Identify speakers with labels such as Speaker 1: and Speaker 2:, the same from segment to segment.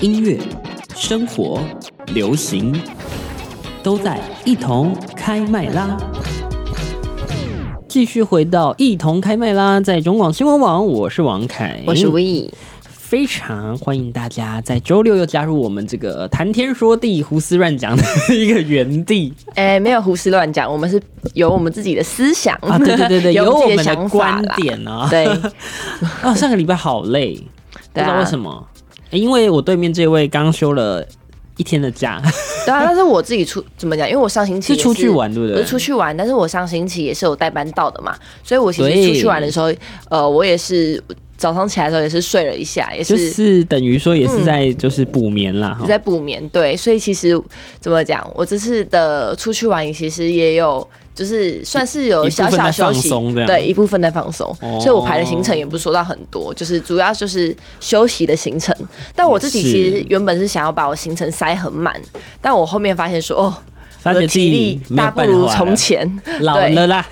Speaker 1: 音乐、生活、流行，都在一同开麦啦。继续回到一同开麦啦，在中广新闻网，我是王凯，
Speaker 2: 我是 We。
Speaker 1: 非常欢迎大家在周六又加入我们这个谈天说地、胡思乱讲的一个园地
Speaker 2: 哎、没有胡思乱讲，我们是有我们自己的思想
Speaker 1: 啊！对对 对对，有
Speaker 2: 我
Speaker 1: 我
Speaker 2: 们
Speaker 1: 们
Speaker 2: 自己
Speaker 1: 的
Speaker 2: 想法
Speaker 1: 观
Speaker 2: 啦。
Speaker 1: 点啊。
Speaker 2: 对，
Speaker 1: 啊，上个礼拜好累，不
Speaker 2: 对
Speaker 1: 知道
Speaker 2: 啊
Speaker 1: 为什么，诶因为我对面这位刚休了一天的假，
Speaker 2: 对啊，但是我自己出怎么讲？因为我上星期
Speaker 1: 是
Speaker 2: 也
Speaker 1: 出去玩对不
Speaker 2: 我
Speaker 1: 对
Speaker 2: 是出去玩，但是我上星期也是有代班到的嘛，所以我其
Speaker 1: 对
Speaker 2: 实出去玩的时候，呃，我也是早上起来的时候也是睡了一下，也
Speaker 1: 就是是等于说也是在就是补眠啦。哈
Speaker 2: 嗯在补眠，对，所以其实怎么讲，我这次的出去玩其实也有，就是算是有小
Speaker 1: 一部分在
Speaker 2: 小休
Speaker 1: 放
Speaker 2: 息
Speaker 1: 松这，样
Speaker 2: 对，一部分在放松，
Speaker 1: 哦
Speaker 2: 所以我排的行程也不是说到很多，就是主要就是休息的行程。但我自己
Speaker 1: 是
Speaker 2: 其实原本是想要把我行程塞很满，但我后面发现说，哦，
Speaker 1: 发
Speaker 2: 我
Speaker 1: 觉
Speaker 2: 的
Speaker 1: 自己
Speaker 2: 体力
Speaker 1: 没有
Speaker 2: 大不
Speaker 1: 办法
Speaker 2: 如
Speaker 1: 了
Speaker 2: 从前，
Speaker 1: 老
Speaker 2: 对
Speaker 1: 了啦，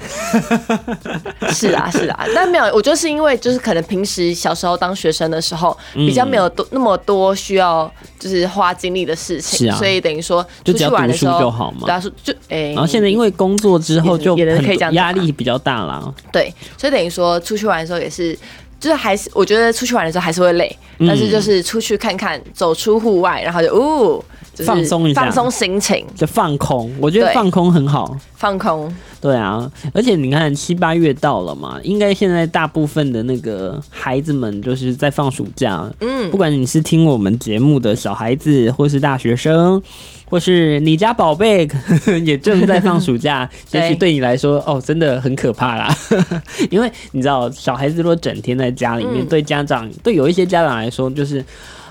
Speaker 2: 是啊，是啊，但没有，我就是因为就是可能平时小时候当学生的时候，
Speaker 1: 嗯
Speaker 2: 比较没有多那么多需要就是花精力的事
Speaker 1: 是
Speaker 2: 情，
Speaker 1: 啊
Speaker 2: 所以等于说
Speaker 1: 就只
Speaker 2: 出去
Speaker 1: 要
Speaker 2: 玩的时
Speaker 1: 读
Speaker 2: 候
Speaker 1: 书就好嘛
Speaker 2: 对啊，说就哎，
Speaker 1: 然后现在因为工作之后就
Speaker 2: 也也
Speaker 1: 很
Speaker 2: 可以这
Speaker 1: 多
Speaker 2: 样讲
Speaker 1: 压
Speaker 2: 啊
Speaker 1: 力比较大啦。
Speaker 2: 对，所以等于说出去玩的时候也是。就是还是我觉得出去玩的时候还是会累，
Speaker 1: 嗯
Speaker 2: 但是就是出去看看，走出户外，然后就哦，就是
Speaker 1: 放松一下
Speaker 2: 放松心情，
Speaker 1: 就放空，我觉得
Speaker 2: 对
Speaker 1: 放空很好。
Speaker 2: 放空。
Speaker 1: 对啊，而且你看七八月到了嘛，应该现在大部分的那个孩子们就是在放暑假。嗯，不管你是听我们节目的小孩子，或是大学生，或是你家宝贝 也正在放暑假，
Speaker 2: 对
Speaker 1: 也许对你来说哦，真的很可怕啦。 因为你知道，小孩子如果整天在家里
Speaker 2: 嗯
Speaker 1: 面，对家长对有一些家长来说就是。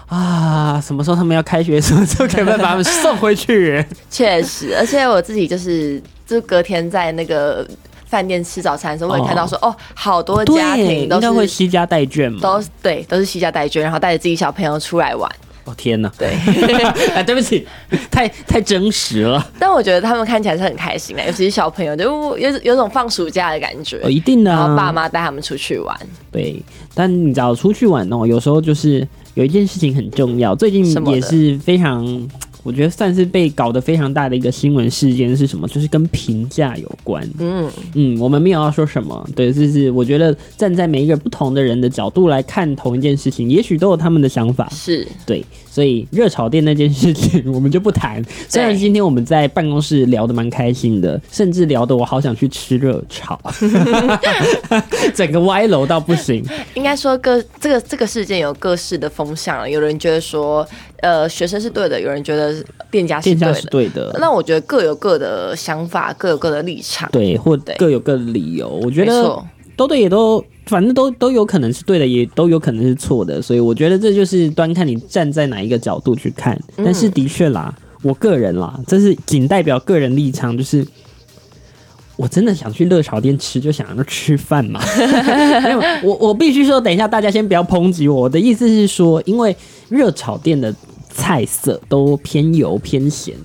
Speaker 1: 啊，什么时候他们要开学，什么时 候可以把他们送回去？
Speaker 2: 确实，而且我自己就是，就隔天在那个饭店吃早餐的时候，我也看到说，哦，好多家
Speaker 1: 对，
Speaker 2: 庭
Speaker 1: 应
Speaker 2: 都
Speaker 1: 该会
Speaker 2: 是。
Speaker 1: 惜家带眷嘛。
Speaker 2: 都对，都是西家带眷，然后带着自己小朋友出来玩。
Speaker 1: 哦天哪！
Speaker 2: 对，
Speaker 1: 哎，对不起，太太真实了。
Speaker 2: 但我觉得他们看起来是很开心啊的，尤其是小朋友，就哦有有种放暑假的感觉
Speaker 1: 哦，。一定的、
Speaker 2: 然后爸
Speaker 1: 啊。
Speaker 2: 妈带他们出去玩，
Speaker 1: 对，但你知道出去玩哦，有时候就是有一件事情很重要，最近
Speaker 2: 什么的
Speaker 1: 也是非常。我觉得算是被搞得非常大的一个新闻事件是什么？就是跟评价有关。
Speaker 2: 嗯，
Speaker 1: 嗯，我们没有要说什么，对，就是我觉得站在每一个不同的人的角度来看同一件事情，也许都有他们的想法。
Speaker 2: 是
Speaker 1: 对，所以热炒店那件事情 我们就不谈。虽然今天我们在办公室聊得蛮开心的，甚至聊得我好想去吃热炒， 整个歪楼到不行。
Speaker 2: 应该说各这个这个事件有各式的风向了。有人觉得说，呃，学生是对的；有人觉得店家是
Speaker 1: 店
Speaker 2: 对
Speaker 1: 家是
Speaker 2: 的。
Speaker 1: 对的，
Speaker 2: 那我觉得各有各的想法，各有各的立场。
Speaker 1: 对，或
Speaker 2: 对
Speaker 1: 各有各的理由。我觉
Speaker 2: 没
Speaker 1: 得
Speaker 2: 错，
Speaker 1: 都对，也都反正都都有可能是对的，也都有可能是错的。所以我觉得这就是端看你站在哪一个角度去看。但是的确啦，我个人啦，这是仅代表个人立场，就是。我真的想去热炒店吃，就想要吃饭嘛。 没有，我我必须说，等一下大家先不要抨击我。我的意思是说，因为热炒店的菜色都偏油偏咸，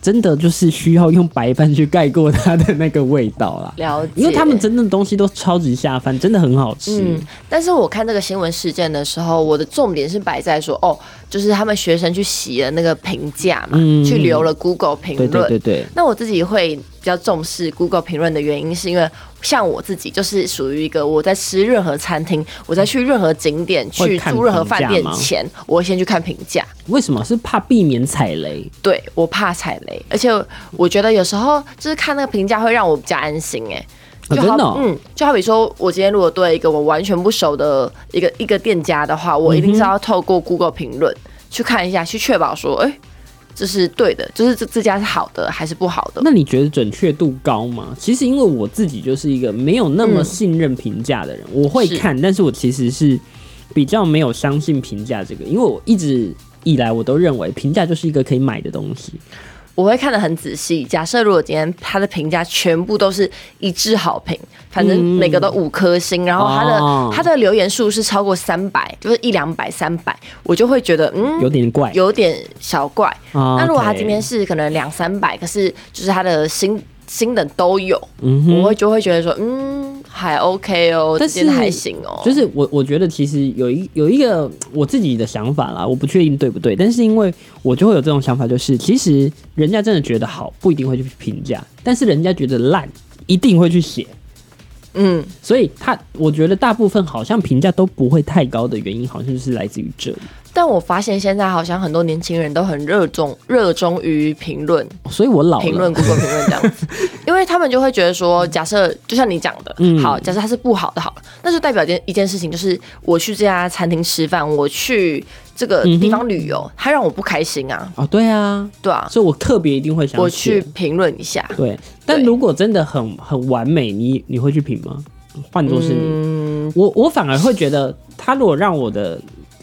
Speaker 1: 真的就是需要用白饭去盖过它的那个味道啦。
Speaker 2: 了解，
Speaker 1: 因为他们真正的东西都超级下饭，真的很好吃。
Speaker 2: 嗯，但是我看这个新闻事件的时候，我的重点是摆在说，哦，就是他们学生去洗了那个评价嘛，
Speaker 1: 嗯
Speaker 2: 去留了 Google 评
Speaker 1: 对
Speaker 2: 论。
Speaker 1: 对对对，
Speaker 2: 那我自己会比较重视 Google 评论的原因，是因为像我自己就是属于一个我在吃任何餐厅，我在去任何景点、
Speaker 1: 会
Speaker 2: 去
Speaker 1: 看
Speaker 2: 住任何饭店
Speaker 1: 评价吗
Speaker 2: 前，我会先去看评价。
Speaker 1: 为什么是怕避免踩雷？
Speaker 2: 对我怕踩雷，而且我觉得有时候就是看那个评价会让我比较安心哎、
Speaker 1: 哦
Speaker 2: 就好
Speaker 1: 真的哦
Speaker 2: 嗯，就好比说，我今天如果对一个我完全不熟的一个一个店家的话，我一
Speaker 1: 嗯
Speaker 2: 定是要透过 Google 评论去看一下，去确保说，哎、这是对的，就是这这家是好的还是不好的？
Speaker 1: 那你觉得准确度高吗？其实因为我自己就是一个没有那么
Speaker 2: 嗯
Speaker 1: 信任评价的人，我会
Speaker 2: 是
Speaker 1: 看，但是我其实是比较没有相信评价这个，因为我一直以来我都认为评价就是一个可以买的东西。
Speaker 2: 我会看得很仔细。假设如果今天他的评价全部都是一致好评，反正每个都五颗星，然后他的、
Speaker 1: 嗯哦
Speaker 2: 他的留言数是超过三百，就是一两百、三百，我就会觉得嗯，
Speaker 1: 有点怪。
Speaker 2: 有点小怪。
Speaker 1: 啊
Speaker 2: 那如果他
Speaker 1: OK
Speaker 2: 今天是可能两三百，可是就是他的新新的都有，
Speaker 1: 嗯哼
Speaker 2: 我会就会觉得说，嗯，还 OK 哦，
Speaker 1: 但
Speaker 2: 这
Speaker 1: 是
Speaker 2: 间还行哦，
Speaker 1: 就是我我觉得其实有一有一个我自己的想法啦，我不确定对不对，但是因为我就会有这种想法，就是其实人家真的觉得好，不一定会去评价，但是人家觉得烂，一定会去写。
Speaker 2: 嗯，
Speaker 1: 所以他，我觉得大部分好像评价都不会太高的原因，好像就是来自于这里。
Speaker 2: 但我发现现在好像很多年轻人都很热衷热衷于评论
Speaker 1: 所以我老
Speaker 2: 评
Speaker 1: 了
Speaker 2: 论 Google 评论 这样子，因为他们就会觉得说，假设就像你讲的，
Speaker 1: 嗯
Speaker 2: 好，假设它是不好的，好了，那就代表一件一件事情，就是我去这家餐厅吃饭，我去这个
Speaker 1: 嗯哼
Speaker 2: 地方旅游，它让我不开心啊，
Speaker 1: 哦，对啊，
Speaker 2: 对啊，
Speaker 1: 所以我特别一定会想
Speaker 2: 我
Speaker 1: 写
Speaker 2: 去评论一下，
Speaker 1: 对，但
Speaker 2: 对
Speaker 1: 如果真的很很完美，你你会去评吗？换作是你，
Speaker 2: 嗯，
Speaker 1: 我我反而会觉得，他如果让我的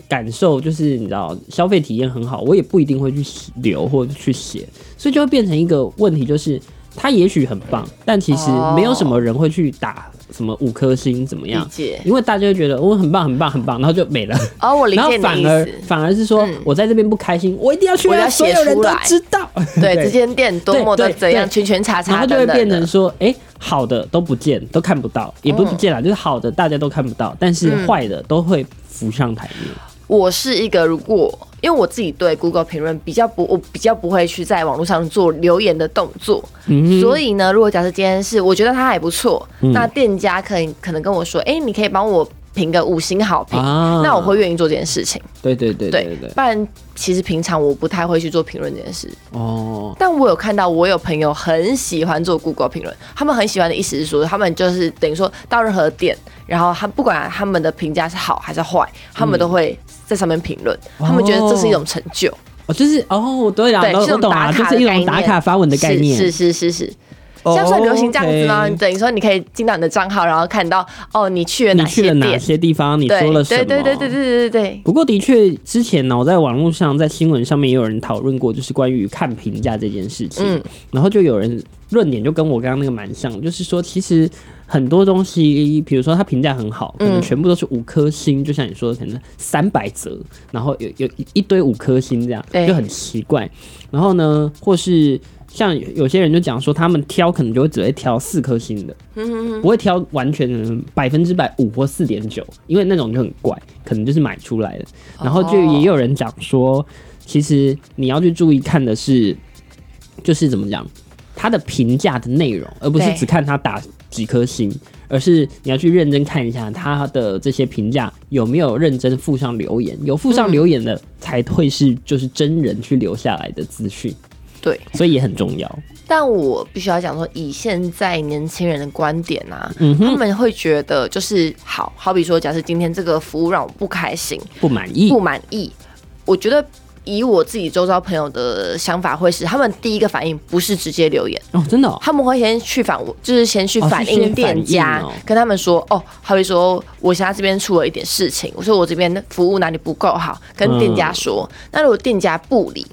Speaker 1: 感受就是你知道消费体验很好，我也不一定会去留或者去写，所以就会变成一个问题，就是他也许很棒，但其实没有什么人会去打什么五颗星怎么
Speaker 2: 理
Speaker 1: 样。
Speaker 2: 解，
Speaker 1: 因为大家会觉得我、很棒很棒很棒，然后就没了，
Speaker 2: 哦，我理
Speaker 1: 然后
Speaker 2: 解你
Speaker 1: 反
Speaker 2: 的
Speaker 1: 而
Speaker 2: 意思，嗯
Speaker 1: 反而是说、我在这边不开心，我一定要去
Speaker 2: 我
Speaker 1: 让
Speaker 2: 要
Speaker 1: 所
Speaker 2: 写
Speaker 1: 有人
Speaker 2: 出
Speaker 1: 都
Speaker 2: 来
Speaker 1: 知道，
Speaker 2: 对，这间店多么的
Speaker 1: 对对
Speaker 2: 怎样，
Speaker 1: 对
Speaker 2: 圈圈叉
Speaker 1: 然
Speaker 2: 叉
Speaker 1: 后
Speaker 2: 等
Speaker 1: 就
Speaker 2: 等
Speaker 1: 会
Speaker 2: 的，
Speaker 1: 变成说，哎、好的都不见，都看不到，也不
Speaker 2: 嗯
Speaker 1: 是不见了，就是好的大家都看不到，但是坏的都会浮上台面。
Speaker 2: 我是一个，如果因为我自己对 Google 评论比较不，我比较不会去在网络上做留言的动作，
Speaker 1: 嗯
Speaker 2: 所以呢，如果假设今天是我觉得它还不错，那店家可以可能跟我说，哎、你可以帮我评个五星好评，
Speaker 1: 啊
Speaker 2: 那我会愿意做这件事情。
Speaker 1: 对对对
Speaker 2: 对
Speaker 1: 对对对，
Speaker 2: 不然其实平常我不太会去做评论这件事，
Speaker 1: 哦，
Speaker 2: 但我有看到我有朋友很喜欢做 Google 评论，他们很喜欢的意思是说，他们就是等于说到任何店，然后他不管他们的评价是好还是坏，他们都会在上面评论，他们觉得这是一种成就。
Speaker 1: 嗯哦，就是哦，对啦，
Speaker 2: 对，
Speaker 1: 我
Speaker 2: 这
Speaker 1: 我
Speaker 2: 种
Speaker 1: 懂
Speaker 2: 打
Speaker 1: 啦，就
Speaker 2: 卡
Speaker 1: 是
Speaker 2: 的
Speaker 1: 一
Speaker 2: 概
Speaker 1: 种
Speaker 2: 念，
Speaker 1: 打卡发文的概念，
Speaker 2: 是是是是是。
Speaker 1: 哦
Speaker 2: 这样算流行这样子吗？
Speaker 1: OK
Speaker 2: 等于说你可以进到你的账号，然后看到哦，你去了
Speaker 1: 你
Speaker 2: 哪
Speaker 1: 去
Speaker 2: 些
Speaker 1: 了哪
Speaker 2: 店？
Speaker 1: 些地方，你
Speaker 2: 对
Speaker 1: 说了什么？
Speaker 2: 对对对对对对对对，
Speaker 1: 不过的确，之前呢，我在网络上、在新闻上面也有人讨论过，就是关于看评价这件事情。
Speaker 2: 嗯
Speaker 1: 然后就有人论点就跟我刚刚那个蛮像，就是说其实很多东西，比如说他评价很好，可能
Speaker 2: 嗯
Speaker 1: 全部都是五颗星，就像你说的，可能三百折，然后有有一一堆五颗星这样，
Speaker 2: 对
Speaker 1: 就很奇怪。然后呢，或是。像有有些人就讲说，他们挑可能就会只会挑四颗星的，
Speaker 2: 嗯
Speaker 1: 不会挑完全百分之百五或四点九，因为那种就很怪，可能就是买出来的。
Speaker 2: 哦
Speaker 1: 然后就也有人讲说，其实你要去注意看的是，就是怎么讲，它的评价的内容，而不是
Speaker 2: 对
Speaker 1: 只看它打几颗星，而是你要去认真看一下它的这些评价有没有认真附上留言，有附上留言的才会是就是真人去留下来的资讯，
Speaker 2: 对。
Speaker 1: 所以也很重要。
Speaker 2: 但我必须要讲说，以现在年轻人的观点啊，
Speaker 1: 嗯
Speaker 2: 他
Speaker 1: 哼，
Speaker 2: 们会觉得就是好好比说，假设今天这个服务让我不开心、
Speaker 1: 不满意
Speaker 2: 不满意，我觉得以我自己周遭朋友的想法，会是他们第一个反应不是直接留言，
Speaker 1: 哦，真的、哦。
Speaker 2: 他们会先去反，就是先去
Speaker 1: 哦
Speaker 2: 反
Speaker 1: 是先
Speaker 2: 映店家，
Speaker 1: 反映哦
Speaker 2: 跟他们说，哦，好比说我现在这边出了一点事情，我说我这边的服务哪里不够好，跟店家说。
Speaker 1: 嗯
Speaker 2: 那如果店家不理，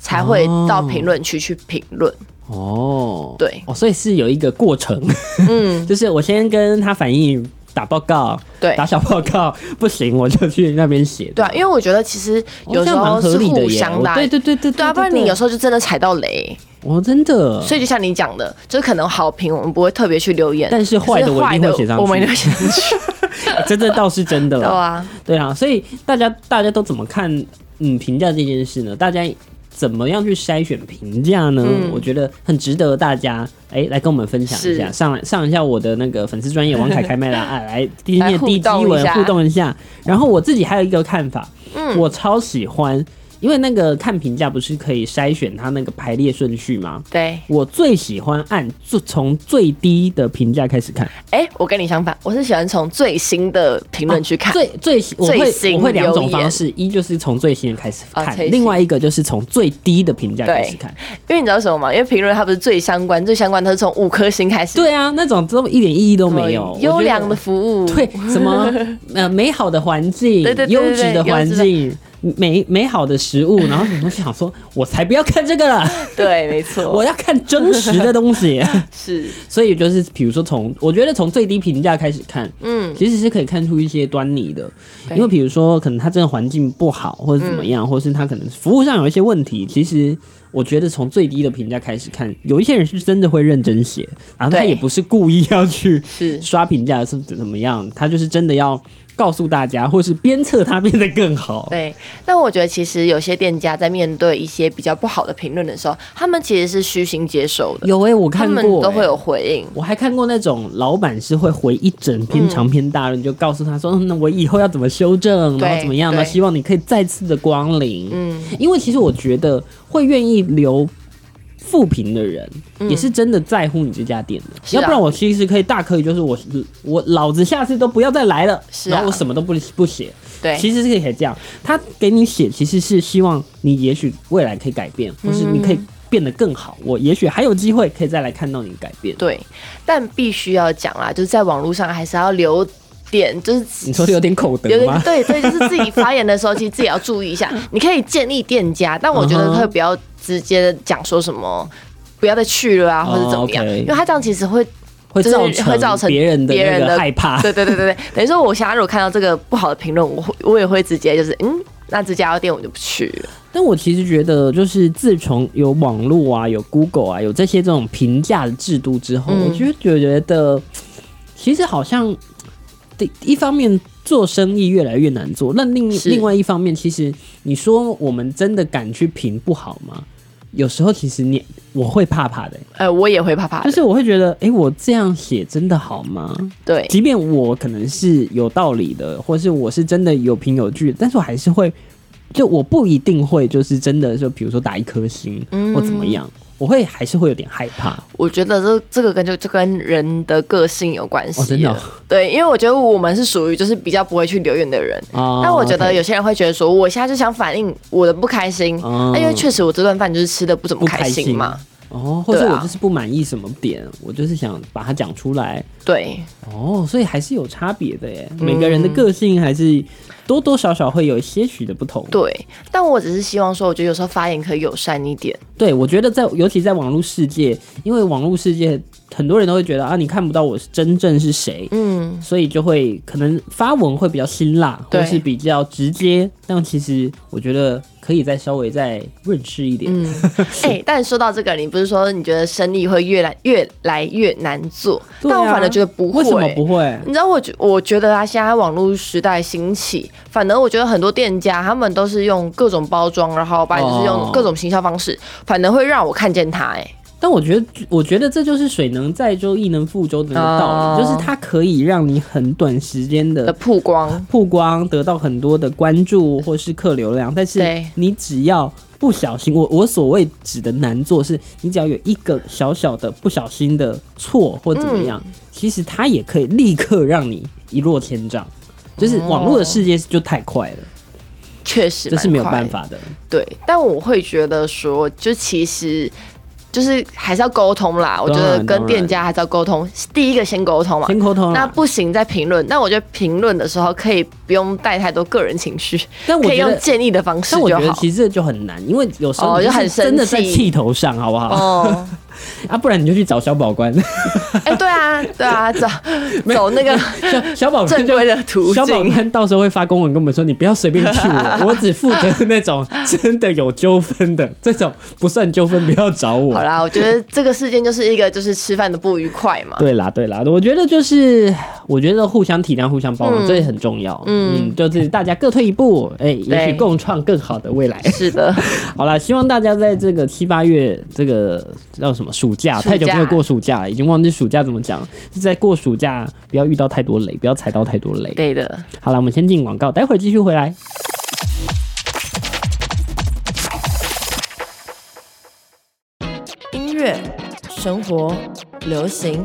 Speaker 2: 才会到评论区去评论。
Speaker 1: 哦，
Speaker 2: 对
Speaker 1: 哦，所以是有一个过程，
Speaker 2: 嗯，
Speaker 1: 就是我先跟他反映打报告，
Speaker 2: 对
Speaker 1: 打小报告不行，我就去那边写。
Speaker 2: 对啊，因为我觉得其实
Speaker 1: 哦，
Speaker 2: 有时
Speaker 1: 这样蛮
Speaker 2: 候
Speaker 1: 合
Speaker 2: 是
Speaker 1: 理的
Speaker 2: 互
Speaker 1: 耶
Speaker 2: 相
Speaker 1: 我
Speaker 2: 的啊、
Speaker 1: 对对对对嗯
Speaker 2: 对啊，不然你有时候就真的踩到雷。
Speaker 1: 我哦真的，
Speaker 2: 所以就像你讲的，就是可能好评我们不会特别去留言，
Speaker 1: 但是坏的
Speaker 2: 可是
Speaker 1: 我一定会写上去
Speaker 2: 我们一定会 写上去，
Speaker 1: 这这倒是真的
Speaker 2: 对
Speaker 1: 了。
Speaker 2: 啊，
Speaker 1: 对啊，所以大家大家都怎么看嗯评价这件事呢？大家怎么样去筛选评价呢？
Speaker 2: 嗯
Speaker 1: 我觉得很值得大家哎、来跟我们分享一下，
Speaker 2: 是
Speaker 1: 上来上一下我的那个粉丝专业王凯凯麦 拉啊，来听听
Speaker 2: 来互
Speaker 1: 第一
Speaker 2: 动一
Speaker 1: 文
Speaker 2: 下
Speaker 1: 互动一下。然后我自己还有一个看法，
Speaker 2: 嗯
Speaker 1: 我超喜欢，因为那个看评价不是可以筛选它那个排列顺序吗？
Speaker 2: 对。
Speaker 1: 我最喜欢按最从最低的评价开始看，
Speaker 2: 哎、我跟你相反，我是喜欢从最新的评论区看。
Speaker 1: 哦最最我
Speaker 2: 最
Speaker 1: 会
Speaker 2: 新
Speaker 1: 我会两种
Speaker 2: 留言
Speaker 1: 方式，一就是从最新的开始
Speaker 2: 啊
Speaker 1: 看，
Speaker 2: 最新
Speaker 1: 另外一个就是从最低的评价开始
Speaker 2: 对
Speaker 1: 看。
Speaker 2: 因为你知道什么吗？因为评论它不是最相关，最相关它是从五颗星开始。
Speaker 1: 对啊，那种都一点意义都没有，我觉得
Speaker 2: 哦 优良的服务。
Speaker 1: 对什么呃美好的环境
Speaker 2: 对对对，对
Speaker 1: 优质的环
Speaker 2: 优质
Speaker 1: 境，美美好的食物，然后你会想说，我才不要看这个了，
Speaker 2: 对，没错，
Speaker 1: 我要看真实的东西。
Speaker 2: 是
Speaker 1: 所以就是比如说从，我觉得从最低评价开始看，
Speaker 2: 嗯，
Speaker 1: 其实是可以看出一些端倪的。
Speaker 2: 对嗯
Speaker 1: 因为比如说，可能他真的环境不好，或者怎么样，或是他可能服务上有一些问题，其实。我觉得从最低的评价开始看，有一些人是真的会认真写，然后他
Speaker 2: 对
Speaker 1: 也不是故意要去
Speaker 2: 是
Speaker 1: 刷评价是怎么样，他就是真的要告诉大家，或是鞭策他变得更好。
Speaker 2: 对，但我觉得其实有些店家在面对一些比较不好的评论的时候，他们其实是虚心接受的，
Speaker 1: 有诶、我
Speaker 2: 他
Speaker 1: 看过、欸
Speaker 2: 们都会有回应。
Speaker 1: 我还看过那种老板是会回一整篇长篇大论，就告诉他说：“嗯，那我以后要怎么修正，
Speaker 2: 对
Speaker 1: 然后怎么样呢？
Speaker 2: 对
Speaker 1: 希望你可以再次的光临。”
Speaker 2: 嗯，
Speaker 1: 因为其实我觉得会愿意留负评的人，也是真的在乎你这家店的。
Speaker 2: 是啊
Speaker 1: 要不然我其实可以大可以就是我我老子下次都不要再来了，
Speaker 2: 是啊
Speaker 1: 然后我什么都不不写。
Speaker 2: 对，
Speaker 1: 其实是可以这样，他给你写其实是希望你也许未来可以改变，或是你可以变得更好。我也许还有机会可以再来看到你改变。
Speaker 2: 对，但必须要讲啦，就是在网络上还是要留点，就是
Speaker 1: 你说有点口
Speaker 2: 有
Speaker 1: 德
Speaker 2: 点
Speaker 1: 吗？
Speaker 2: 对对，就是自己发言的时候，其实自己要注意一下。你可以建议店家，但我觉
Speaker 1: 嗯
Speaker 2: 得
Speaker 1: 哼
Speaker 2: 特别要直接讲说什么。不要再去了啊，或者怎么样
Speaker 1: 哦，OK
Speaker 2: 因为他这样其实会，
Speaker 1: 会
Speaker 2: 就是
Speaker 1: 造成
Speaker 2: 会造成
Speaker 1: 别人的
Speaker 2: 别
Speaker 1: 那
Speaker 2: 人
Speaker 1: 个
Speaker 2: 的
Speaker 1: 害怕。
Speaker 2: 对对对对对，等于说我现在如果看到这个不好的评论，我会我也会直接就是，嗯，那这家店我就不去了。
Speaker 1: 但我其实觉得，就是自从有网络啊、有 Google 啊、有这些这种评价的制度之后，
Speaker 2: 嗯
Speaker 1: 我就觉得，其实好像第一方面做生意越来越难做，那另
Speaker 2: 是
Speaker 1: 另外一方面，其实你说我们真的敢去评不好吗？有时候其实你我会怕怕的、欸
Speaker 2: 呃，我也会怕怕的，
Speaker 1: 就是我会觉得，诶，我这样写真的好吗？
Speaker 2: 对，
Speaker 1: 即便我可能是有道理的，或是我是真的有凭有据，但是我还是会，就我不一定会就是真的就比如说打一颗星、
Speaker 2: 嗯
Speaker 1: 或怎么样，我会还是会有点害怕。
Speaker 2: 我觉得这这个跟就这跟人的个性有关系
Speaker 1: 哦
Speaker 2: 了、
Speaker 1: 真的哦
Speaker 2: 对，因为我觉得我们是属于就是比较不会去留言的人。
Speaker 1: 啊
Speaker 2: 但我觉得
Speaker 1: OK
Speaker 2: 有些人会觉得说，我现在就想反映我的不开心，
Speaker 1: 哦
Speaker 2: 那因为确实我这顿饭就是吃的不怎么
Speaker 1: 不开
Speaker 2: 开心嘛。
Speaker 1: 哦，或者
Speaker 2: 对啊
Speaker 1: 我就是不满意什么点，我就是想把它讲出来。
Speaker 2: 对，
Speaker 1: 哦，所以还是有差别的耶，
Speaker 2: 嗯
Speaker 1: 每个人的个性还是多多少少会有些许的不同。
Speaker 2: 对，但我只是希望说，我觉得有时候发言可以友善一点。
Speaker 1: 对，我觉得在尤其在网络世界，因为网络世界很多人都会觉得啊，你看不到我是真正是谁，
Speaker 2: 嗯，
Speaker 1: 所以就会可能发文会比较辛辣，或
Speaker 2: 对
Speaker 1: 是比较直接。但其实我觉得可以再稍微再润饰一点。
Speaker 2: 哎、但说到这个，你不是说你觉得生意会越来越来越难做？
Speaker 1: 对啊
Speaker 2: 但我反而觉得不会、
Speaker 1: 为什么不会？
Speaker 2: 你知道我觉我觉得啊，现在网络时代兴起，反而我觉得很多店家他们都是用各种包装，然后把
Speaker 1: 哦
Speaker 2: 就是用各种行销方式，反而会让我看见他、哎，
Speaker 1: 但我觉得，我觉得这就是水能载舟，亦能覆舟的那个道理，
Speaker 2: 哦
Speaker 1: 就是它可以让你很短时间
Speaker 2: 的
Speaker 1: 的
Speaker 2: 曝光，
Speaker 1: 曝光，得到很多的关注或是客流量。但是
Speaker 2: 对
Speaker 1: 你只要不小心，我我所谓指的难做，是你只要有一个小小的不小心的错或怎么样，
Speaker 2: 嗯
Speaker 1: 其实它也可以立刻让你一落千丈。就是
Speaker 2: 哦
Speaker 1: 网络的世界就太快了，
Speaker 2: 确实
Speaker 1: 这是没有
Speaker 2: 蛮快
Speaker 1: 办法的。
Speaker 2: 对，但我会觉得说，就其实。就是还是要沟通啦，我觉
Speaker 1: 当
Speaker 2: 得
Speaker 1: 然
Speaker 2: 跟
Speaker 1: 当
Speaker 2: 店
Speaker 1: 然
Speaker 2: 家还是要沟通。第一个先沟通嘛，
Speaker 1: 先沟通啊
Speaker 2: 那
Speaker 1: 啦，
Speaker 2: 不行再评论。但我觉得评论的时候可以不用带太多个人情绪，
Speaker 1: 但我
Speaker 2: 可以
Speaker 1: 觉
Speaker 2: 用
Speaker 1: 得，
Speaker 2: 建议的方式
Speaker 1: 但我
Speaker 2: 就
Speaker 1: 觉得
Speaker 2: 好。
Speaker 1: 其实这就很难，因为有时候
Speaker 2: 哦
Speaker 1: 你
Speaker 2: 就很
Speaker 1: 是真的在
Speaker 2: 生气
Speaker 1: 气头上，好不好？
Speaker 2: 哦，
Speaker 1: 啊，不然你就去找小宝官，
Speaker 2: 哎、对啊，对啊，走走那个
Speaker 1: 小小宝
Speaker 2: 正
Speaker 1: 官就
Speaker 2: 规的途
Speaker 1: 小宝
Speaker 2: 径。
Speaker 1: 官到时候会发公文跟我们说，你不要随便去 我，我只负责那种真的有纠纷的，这种不算纠纷，不要找我
Speaker 2: 好。啦，我觉得这个事件就是一个就是吃饭的不愉快嘛。
Speaker 1: 对啦，对啦，我觉得就是，我觉得互相体谅、互相包容，这也很重要。嗯，就是大家各退一步，哎、也许
Speaker 2: 对
Speaker 1: 共创更好的未来。
Speaker 2: 是的，
Speaker 1: 好啦，希望大家在这个七八月这个叫什么暑假，
Speaker 2: 暑假
Speaker 1: 太久没有过暑假了，已经忘记暑假怎么讲，是在过暑假，不要遇到太多雷，不要踩到太多雷。
Speaker 2: 对的。
Speaker 1: 好了，我们先进广告，待会儿继续回来。
Speaker 2: 音乐、生活、流行，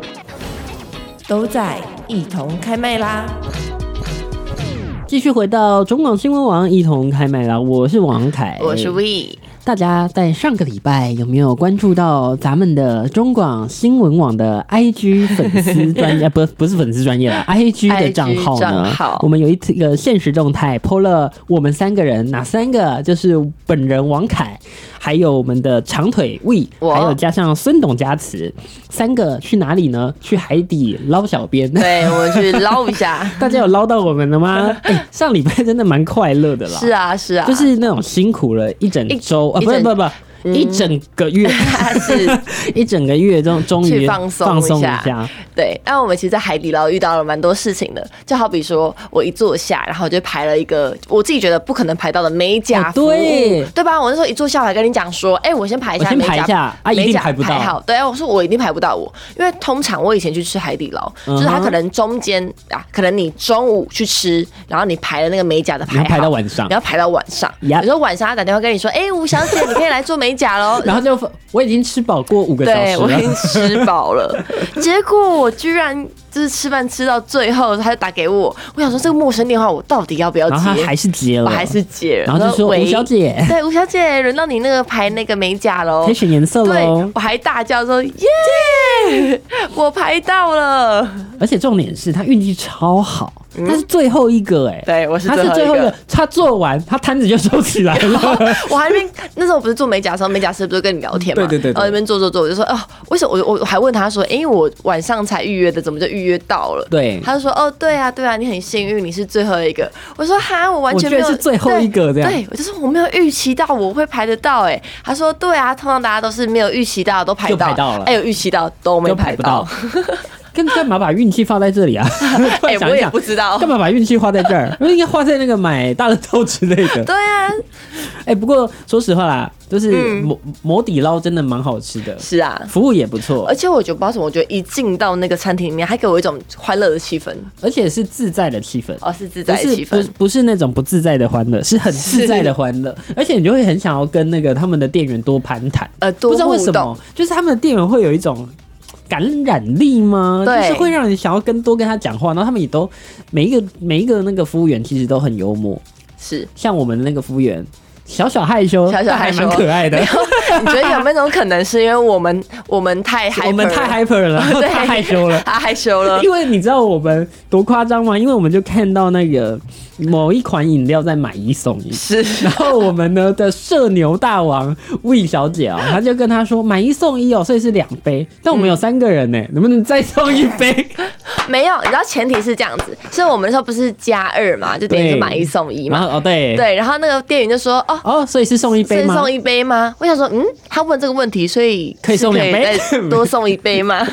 Speaker 2: 都在一同开麦啦。
Speaker 1: 继续回到中广新闻网，一同开麦啦！我是王凯，
Speaker 2: 我是 We，
Speaker 1: 大家在上个礼拜有没有关注到咱们的中广新闻网的 IG 粉丝专 业？不，不是粉丝专业了，IG 的账号呢
Speaker 2: IG 账号
Speaker 1: 我们有一次个现实动态 PO 了我们三个人，哪三个？就是本人王凯，还有我们的长腿 We，
Speaker 2: 我
Speaker 1: 还有加上孙董加持，三个去哪里呢？去海底捞小编。
Speaker 2: 对，我们去捞一下。
Speaker 1: 大家有捞到我们了 吗？哎，上礼拜真的蛮快乐的啦。
Speaker 2: 是啊，是啊，
Speaker 1: 就是 那种辛苦了一整周啊，
Speaker 2: 一
Speaker 1: 不是
Speaker 2: 一整嗯
Speaker 1: 不是不是。一整个 月，
Speaker 2: 是
Speaker 1: 一整个月终终于
Speaker 2: 去放松
Speaker 1: 放松
Speaker 2: 一下
Speaker 1: 下，
Speaker 2: 对。那我们其实，在海底捞遇到了蛮多事情的，就好比说我一坐下，然后就排了一个我自己觉得不可能排到的美甲
Speaker 1: 哦
Speaker 2: 服务，
Speaker 1: 对
Speaker 2: 对吧？我那时候一坐下来跟你讲说，哎、我先排一下
Speaker 1: 我先
Speaker 2: 美
Speaker 1: 排
Speaker 2: 甲，
Speaker 1: 一下啊一
Speaker 2: 美
Speaker 1: 定
Speaker 2: 甲
Speaker 1: 排不到
Speaker 2: 好。对，我说我一定排不到我，因为通常我以前去吃海底捞，就是
Speaker 1: 嗯
Speaker 2: 他
Speaker 1: 哼
Speaker 2: 可能中间啊，可能你中午去吃，然后你排了那个美甲的
Speaker 1: 你
Speaker 2: 排
Speaker 1: 要
Speaker 2: 好，
Speaker 1: 排到晚上
Speaker 2: 你，要排到晚上。
Speaker 1: Yep
Speaker 2: 有时候晚上他打电话跟你说，哎、吴小姐，你可以来做美甲 喽。
Speaker 1: 然后就我已经吃饱过五个小
Speaker 2: 对，
Speaker 1: 时
Speaker 2: 我已
Speaker 1: 了，
Speaker 2: 经吃 饱了，结果我居然就是吃饭吃到最后，他就打给我，我想说这个陌生电话我到底要不要
Speaker 1: 然后他
Speaker 2: 接？
Speaker 1: 还是接
Speaker 2: 我
Speaker 1: 了，
Speaker 2: 还是接了，
Speaker 1: 然后就说
Speaker 2: 喂
Speaker 1: 吴小，姐，
Speaker 2: 对吴小姐，轮到你那个排那个美甲喽
Speaker 1: 可以。选颜色
Speaker 2: 对
Speaker 1: 喽，。
Speaker 2: 我还大叫说耶，我排到了。
Speaker 1: 而且重点是他运气超好，他是最后一个哎，
Speaker 2: 嗯对，我是
Speaker 1: 他
Speaker 2: 最
Speaker 1: 是
Speaker 2: 后
Speaker 1: 最后
Speaker 2: 一
Speaker 1: 一
Speaker 2: 个
Speaker 1: 个。，他做完他摊子就收起来了，
Speaker 2: 我还没那时候不是做美甲的时候，美甲师不是跟你聊天嘛？
Speaker 1: 对对对对
Speaker 2: 然后那边做做做，我就说哦，为什么我我我还问他说，哎、我晚上才预约的，怎么就预约到了？
Speaker 1: 对
Speaker 2: 他就说哦， 对啊，对啊，你很幸运，你是最后一个。我说哈，我完全
Speaker 1: 我居
Speaker 2: 没
Speaker 1: 然
Speaker 2: 有
Speaker 1: 是最后一个这
Speaker 2: 对
Speaker 1: 样
Speaker 2: 对，我就说我没有预期到我会排得到、哎，他说对啊，通常大家都是没有预期到都排
Speaker 1: 就
Speaker 2: 到，
Speaker 1: 排到了
Speaker 2: 哎、有预期到都没
Speaker 1: 就排
Speaker 2: 排
Speaker 1: 不到。跟 干嘛把运气放在这 里啊？突
Speaker 2: 哎、
Speaker 1: 然想
Speaker 2: 我
Speaker 1: 一
Speaker 2: 也
Speaker 1: 想
Speaker 2: 不，知道
Speaker 1: 干。嘛把运气花在这儿？应该花在那个买大乐透之类的。
Speaker 2: 对啊，
Speaker 1: 哎、不过说实话啦，就是
Speaker 2: 嗯
Speaker 1: 磨磨底捞真的蛮好吃的，
Speaker 2: 是啊。
Speaker 1: 服务也不错
Speaker 2: 而，且我觉得不知道为什么，我觉得一进到那个餐厅里面，还给我一种欢乐的气氛，
Speaker 1: 而且是自在的气氛。
Speaker 2: 哦，是自
Speaker 1: 不
Speaker 2: 在的
Speaker 1: 是
Speaker 2: 气
Speaker 1: 不
Speaker 2: 氛
Speaker 1: 是。不是那种不自在的欢乐，是很自在的欢乐，而且你就会很想要跟那个他们的店员多攀谈，
Speaker 2: 呃，多
Speaker 1: 不知道为
Speaker 2: 互
Speaker 1: 什
Speaker 2: 动
Speaker 1: 么，就是他们的店员会有一种感染力吗？就
Speaker 2: 对
Speaker 1: 是会让你想要跟多跟他讲话，然后他们也都每一个每一个那个服务员其实都很幽默，
Speaker 2: 是。
Speaker 1: 像我们那个服务员小小害羞，
Speaker 2: 小小
Speaker 1: 但
Speaker 2: 害
Speaker 1: 还
Speaker 2: 羞
Speaker 1: 蛮可爱 的，
Speaker 2: 你觉得有没有那种可能是因为我们我们太害，
Speaker 1: 我们太 hyper 了，然后
Speaker 2: 对
Speaker 1: 太害羞了。
Speaker 2: 他害羞 了，
Speaker 1: 因为你知道我们多夸张吗？因为我们就看到那个某一款饮料在买一送一，
Speaker 2: 是
Speaker 1: 然后我们呢的社牛大王魏小姐啊、她就跟她说买一送一哦，所以是两杯，但我们有三个人呢、 能不能再送一杯？
Speaker 2: 没有。你知道前提是这样子，所以我们那时候不是加二嘛，就等于是
Speaker 1: 对
Speaker 2: 买一送一
Speaker 1: 然
Speaker 2: 嘛。
Speaker 1: 后哦对
Speaker 2: 对，然后那个店员就说：“哦，
Speaker 1: 哦，所以是送一杯
Speaker 2: 是
Speaker 1: 吗？
Speaker 2: 送一杯吗？”我想说，嗯，他问这个问题，所以
Speaker 1: 可以送两杯
Speaker 2: 是可以再多送一杯 吗？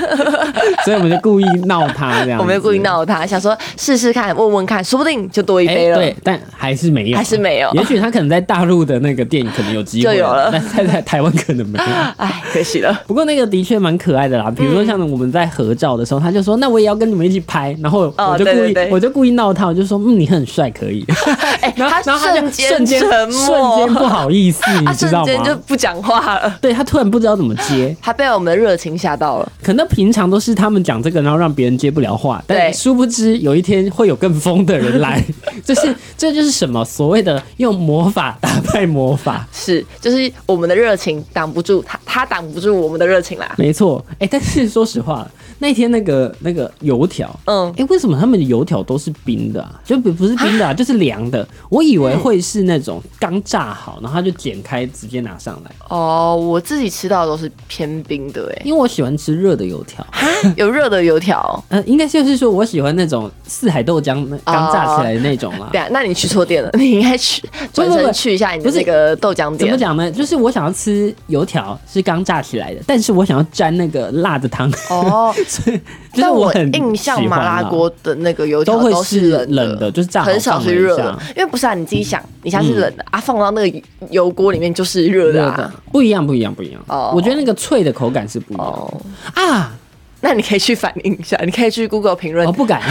Speaker 1: 所以我们就故意闹她这样，
Speaker 2: 我们就故意。闹他，想说试试看，问问看，说不定就多一
Speaker 1: 哎、
Speaker 2: 杯了。
Speaker 1: 对，但还是没有，
Speaker 2: 还是没有
Speaker 1: 也许她可能在大陆的那个店可能有机会啊，
Speaker 2: 就有了
Speaker 1: 但在在台湾可能没有。
Speaker 2: 哎，可惜了。
Speaker 1: 不过那个的确蛮可爱的
Speaker 2: 嗯
Speaker 1: 啦，比如说像我们在合照的时候，他就说：“那我也要跟你们一起拍。”然后
Speaker 2: 哦
Speaker 1: 我就故意，
Speaker 2: 对对对
Speaker 1: 我就故意闹他，我就说：“嗯，你很帅，可以。
Speaker 2: 哎，
Speaker 1: 然后”然后他就
Speaker 2: 瞬间
Speaker 1: 瞬间
Speaker 2: 沉
Speaker 1: 瞬
Speaker 2: 默
Speaker 1: 间，不好意思，你
Speaker 2: 他
Speaker 1: 知
Speaker 2: 啊瞬
Speaker 1: 道
Speaker 2: 间就
Speaker 1: 吗？
Speaker 2: 不讲话了，
Speaker 1: 对他突然不知道怎么接，
Speaker 2: 他被我们的热情吓到了。
Speaker 1: 可能平常都是他们讲这个，然后让别人接不了话，但
Speaker 2: 对
Speaker 1: 殊不知有一天会有更疯的人 来，就是这就是什么所谓的用魔法打败魔法。
Speaker 2: 是，就是我们的热情挡不住他，他挡不住我们的热情啦。
Speaker 1: 没错，哎、但是说实话，那天那个那个油条，
Speaker 2: 嗯
Speaker 1: 哎、为什么他们的油条都是冰的啊？就不不是冰的啊，就是凉的。我以
Speaker 2: 嗯
Speaker 1: 为会是那种刚炸好，然后它就剪开直接拿上来，
Speaker 2: 哦，我自己吃到的都是偏冰的哎、
Speaker 1: 因为我喜欢吃热的油条。
Speaker 2: 有热的油条。
Speaker 1: 呃，应该就是说我喜欢那种四海豆浆那刚炸起来的那种啦。
Speaker 2: 对啊，那你去错店了，你应该去转
Speaker 1: 不不
Speaker 2: 身去一下你的那个豆浆
Speaker 1: 怎么
Speaker 2: 店。
Speaker 1: 讲呢？就是我想要吃油条是刚炸起来的，但是我想要沾那个辣的汤。
Speaker 2: 哦，
Speaker 1: 就是
Speaker 2: 但我
Speaker 1: 很啊
Speaker 2: 印象麻辣锅的那个油条
Speaker 1: 都会
Speaker 2: 是
Speaker 1: 是冷的，，就是炸好
Speaker 2: 很少
Speaker 1: 放了
Speaker 2: 是
Speaker 1: 一
Speaker 2: 热
Speaker 1: 下嗯
Speaker 2: 的，因为不是啊，你自己想，你现在是冷的、啊，放到那个油锅里面就是热的
Speaker 1: 热
Speaker 2: 啊。
Speaker 1: 的，不一样，不一样，不一样。
Speaker 2: 哦
Speaker 1: 我觉得那个脆的口感是不一样
Speaker 2: 哦，
Speaker 1: 的啊，
Speaker 2: 那你可以去反映一下，你可以去 Google 评论
Speaker 1: 哦我不 敢。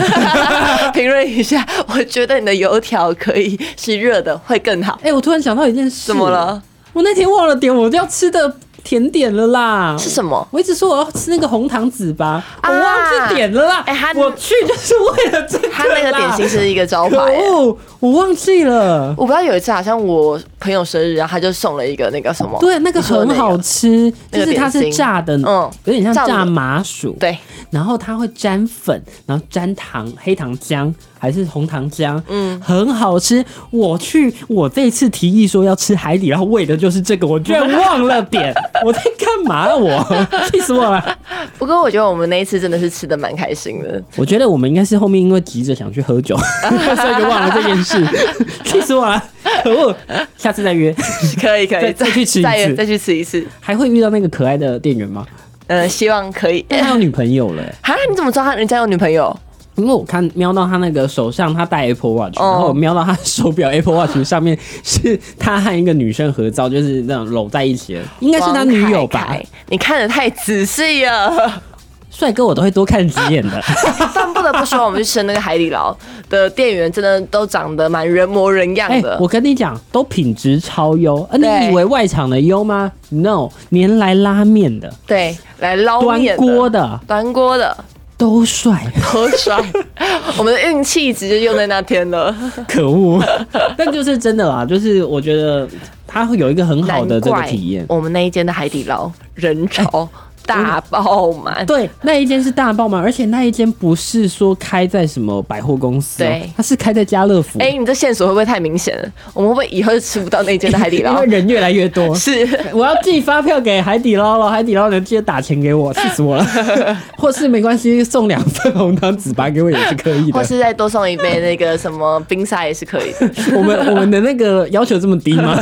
Speaker 2: 评论一下，我觉得你的油条可以是热的，会更好。
Speaker 1: 哎，我突然想到一件事，
Speaker 2: 怎么？了？
Speaker 1: 我那天忘了点我要吃的甜点了啦。
Speaker 2: 是什么？
Speaker 1: 我一直说我要吃那个红糖糍粑，我
Speaker 2: 啊
Speaker 1: 忘记点了啦。
Speaker 2: 哎它
Speaker 1: 我去就是为了这个啦。
Speaker 2: 他那个点心是一个招
Speaker 1: 可
Speaker 2: 牌、欸
Speaker 1: 恶，我忘记了。
Speaker 2: 我不知道有一次好像我朋友生日，然后他就送了一个那个什么，
Speaker 1: 对，那个
Speaker 2: 你说的
Speaker 1: 很
Speaker 2: 那个
Speaker 1: 好吃，
Speaker 2: 那个
Speaker 1: 就是它是
Speaker 2: 点心
Speaker 1: 炸的，
Speaker 2: 嗯
Speaker 1: 有点像
Speaker 2: 炸的
Speaker 1: 炸麻薯，
Speaker 2: 对，
Speaker 1: 然后它会沾粉，然后沾糖，黑糖浆还是红糖浆，嗯，很好吃。我去，我这次提议说要吃海底捞，为的就是这个，我居然忘了 点，我在干嘛、啊？我 气死我了！
Speaker 2: 不过我觉得我们那一次真的是吃的蛮开 心的，
Speaker 1: 我觉得我们应该是后面因为急着想去喝 酒，所以就忘了这件事， 气死我了！可恶，下次再约。
Speaker 2: 可以可
Speaker 1: 再
Speaker 2: 以，
Speaker 1: 再去吃一
Speaker 2: 再
Speaker 1: 次
Speaker 2: 再去吃一次，
Speaker 1: 还会遇到那个可爱的店员吗？
Speaker 2: 嗯，希望可以。
Speaker 1: 但他有女朋友了、欸
Speaker 2: 哈，你怎么知道他人家有女朋友？
Speaker 1: 因为我看瞄到他那个手上，他戴 Apple Watch，、
Speaker 2: 哦
Speaker 1: 然后我瞄到他手表 Apple Watch 上面 是他和一个女生合照，就是那种搂在一起的，应该是他女友
Speaker 2: 王
Speaker 1: 吧
Speaker 2: 凯？凯？你看的太仔细了，
Speaker 1: 帅哥我都会多看几眼的，
Speaker 2: 但不得不说，我们去吃那个海底捞的店员真的都长得蛮人模人样
Speaker 1: 哎、
Speaker 2: 的。
Speaker 1: 我跟你讲，都品质超优，呃，
Speaker 2: 对
Speaker 1: 你以为外场的优吗？No，连来拉面的、
Speaker 2: 对，来捞
Speaker 1: 端
Speaker 2: 面
Speaker 1: 锅、的
Speaker 2: 端锅的，
Speaker 1: 都 帅，
Speaker 2: 多 帅！我们的运气直接用在那天了，
Speaker 1: 可恶！ 但就是真的啦，就是我觉得他会有一个很好的这个体验哎
Speaker 2: 难。怪我们那一间的海底捞人潮大爆满，
Speaker 1: 对，那一间是大爆嘛，而且那一间不是说开在什么百货公司、哦，
Speaker 2: 对
Speaker 1: 它是开在家乐福。
Speaker 2: 哎、你这线索会不会太明显了？我们会不会以后就吃不到那间的海底
Speaker 1: 因
Speaker 2: 捞。
Speaker 1: 为？人越来越多
Speaker 2: 是。
Speaker 1: 我要寄发票给海底捞了，海底捞能记得打钱给我，气死我了。 或是没关系，送两份红糖糍粑给我也是可以
Speaker 2: 或
Speaker 1: 的。
Speaker 2: 是再多送一杯那个什么冰沙也是可以的，
Speaker 1: 我们我们的那个要求这么低吗？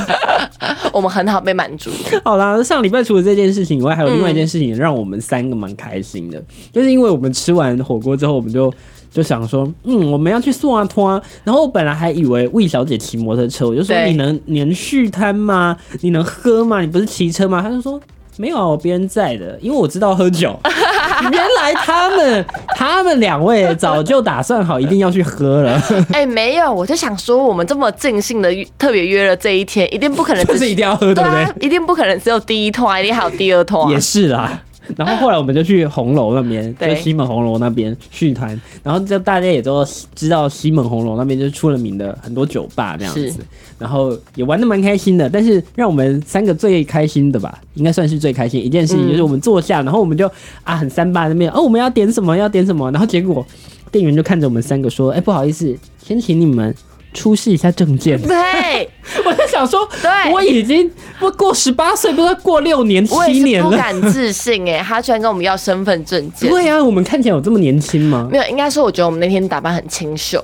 Speaker 2: 我们很好被满足。
Speaker 1: 好啦，上礼拜除了这件事情以外，还有另外一
Speaker 2: 嗯
Speaker 1: 件事情让我们三个蛮开心的，就是因为我们吃完火锅之后，我们就就想说，嗯，我们要去送阿托啊。然后我本来还以为魏小姐骑摩托车，我就说
Speaker 2: 对
Speaker 1: 你能连续摊吗？你能喝吗？你不是骑车吗？她就说。没有啊，我别人在的，因为我知道喝 酒。原来他们他们两位早就打算好一定要去喝 了，
Speaker 2: 哎、没有，我就想说，我们这么尽兴的特别约了这一天，一定不可能
Speaker 1: 就
Speaker 2: 只
Speaker 1: 是一定要喝，对
Speaker 2: 对
Speaker 1: 不对
Speaker 2: 啊？，一定不可能只有第一团，一定还有第二啊团。
Speaker 1: 也是啦。 然后后来我们就去红楼那边，就
Speaker 2: 对
Speaker 1: 西门红楼那边续团，然后就大家也都知道西门红楼那边就是出了名的很多酒吧这样
Speaker 2: 是
Speaker 1: 子，然后也玩的蛮开心的。但是让我们三个最开心的吧，应该算是最开心一件
Speaker 2: 嗯
Speaker 1: 事情，就是我们坐下，然后我们就啊很三八那边哦我们要点什么要点什么，然后结果店员就看着我们三个说，哎不好意思，先请你们出示一下证件。
Speaker 2: 对，
Speaker 1: 我在想说，
Speaker 2: 对
Speaker 1: 我已经不过十八岁，不知道过六年
Speaker 2: 我
Speaker 1: 七
Speaker 2: 也
Speaker 1: 年
Speaker 2: 是不
Speaker 1: 了。
Speaker 2: 敢自信哎、他居然跟我们要身份证 件。
Speaker 1: 对啊，我们看起来有这么年轻吗？
Speaker 2: 没有，应该说我觉得我们那天打扮很清秀，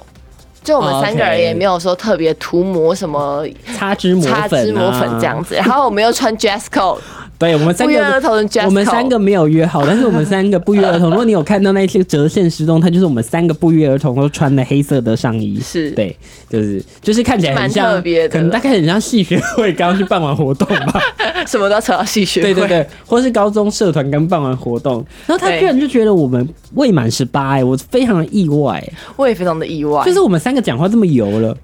Speaker 2: 就我们三个人
Speaker 1: OK
Speaker 2: 也没有说特别涂抹什么
Speaker 1: 擦脂抹
Speaker 2: 擦
Speaker 1: 粉、啊，
Speaker 2: 脂抹粉这样。子，然后我们又穿 dress code，
Speaker 1: 对，我们三
Speaker 2: 不约而
Speaker 1: 个，
Speaker 2: 同的 dress code，
Speaker 1: 我们三个没有约好，但是我们三个不约 而同。如果你有看到那些折线时钟，它就是我们三个不约而同都穿的黑色的上衣。
Speaker 2: 是
Speaker 1: 对，就是就是看起来很
Speaker 2: 蛮
Speaker 1: 像，
Speaker 2: 特别的
Speaker 1: 可能大概很像戏学会刚去办完活动 吧。
Speaker 2: 什么都要扯到戏学
Speaker 1: 对
Speaker 2: 会，
Speaker 1: 对对，或是高中社团刚办完活动，然后他
Speaker 2: 对
Speaker 1: 居然就觉得我们未满十八，哎，我非常的意外、哎
Speaker 2: 我也非常的意外，
Speaker 1: 就是我们三个讲话这么油 了，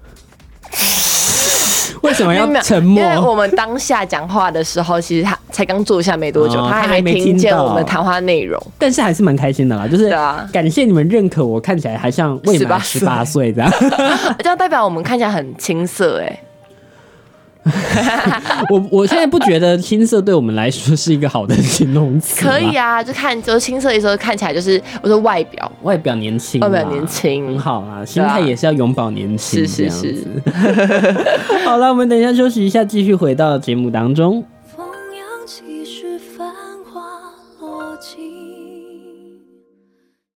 Speaker 1: 为什么要
Speaker 2: 因为
Speaker 1: 沉
Speaker 2: 因为我
Speaker 1: 默？
Speaker 2: 们当下讲话的时候，其实他才刚坐下没多久，
Speaker 1: 哦
Speaker 2: 他
Speaker 1: 他
Speaker 2: 还
Speaker 1: 还没
Speaker 2: 没听
Speaker 1: 听
Speaker 2: 见
Speaker 1: 到
Speaker 2: 我们谈话内容。
Speaker 1: 但是还是蛮开心的啦，就是
Speaker 2: 对啊
Speaker 1: 感谢你们认可我看起来还像未满十
Speaker 2: 18
Speaker 1: 八岁这样。
Speaker 2: 这样代表我们看起来很青涩哎、
Speaker 1: 我我现在不觉得青涩对我们来说是一个好的形容词，
Speaker 2: 可以，啊，就看就是青涩的时候看起来就是我说外表
Speaker 1: 外表年轻啦，
Speaker 2: 外表年
Speaker 1: 很
Speaker 2: 轻，
Speaker 1: 好啊，心态也是要永葆年轻，这
Speaker 2: 是是
Speaker 1: 样
Speaker 2: 是
Speaker 1: 子。 好了，我们等一下休息一下，继续回到节目当中。
Speaker 3: 风扬起时，繁花落尽。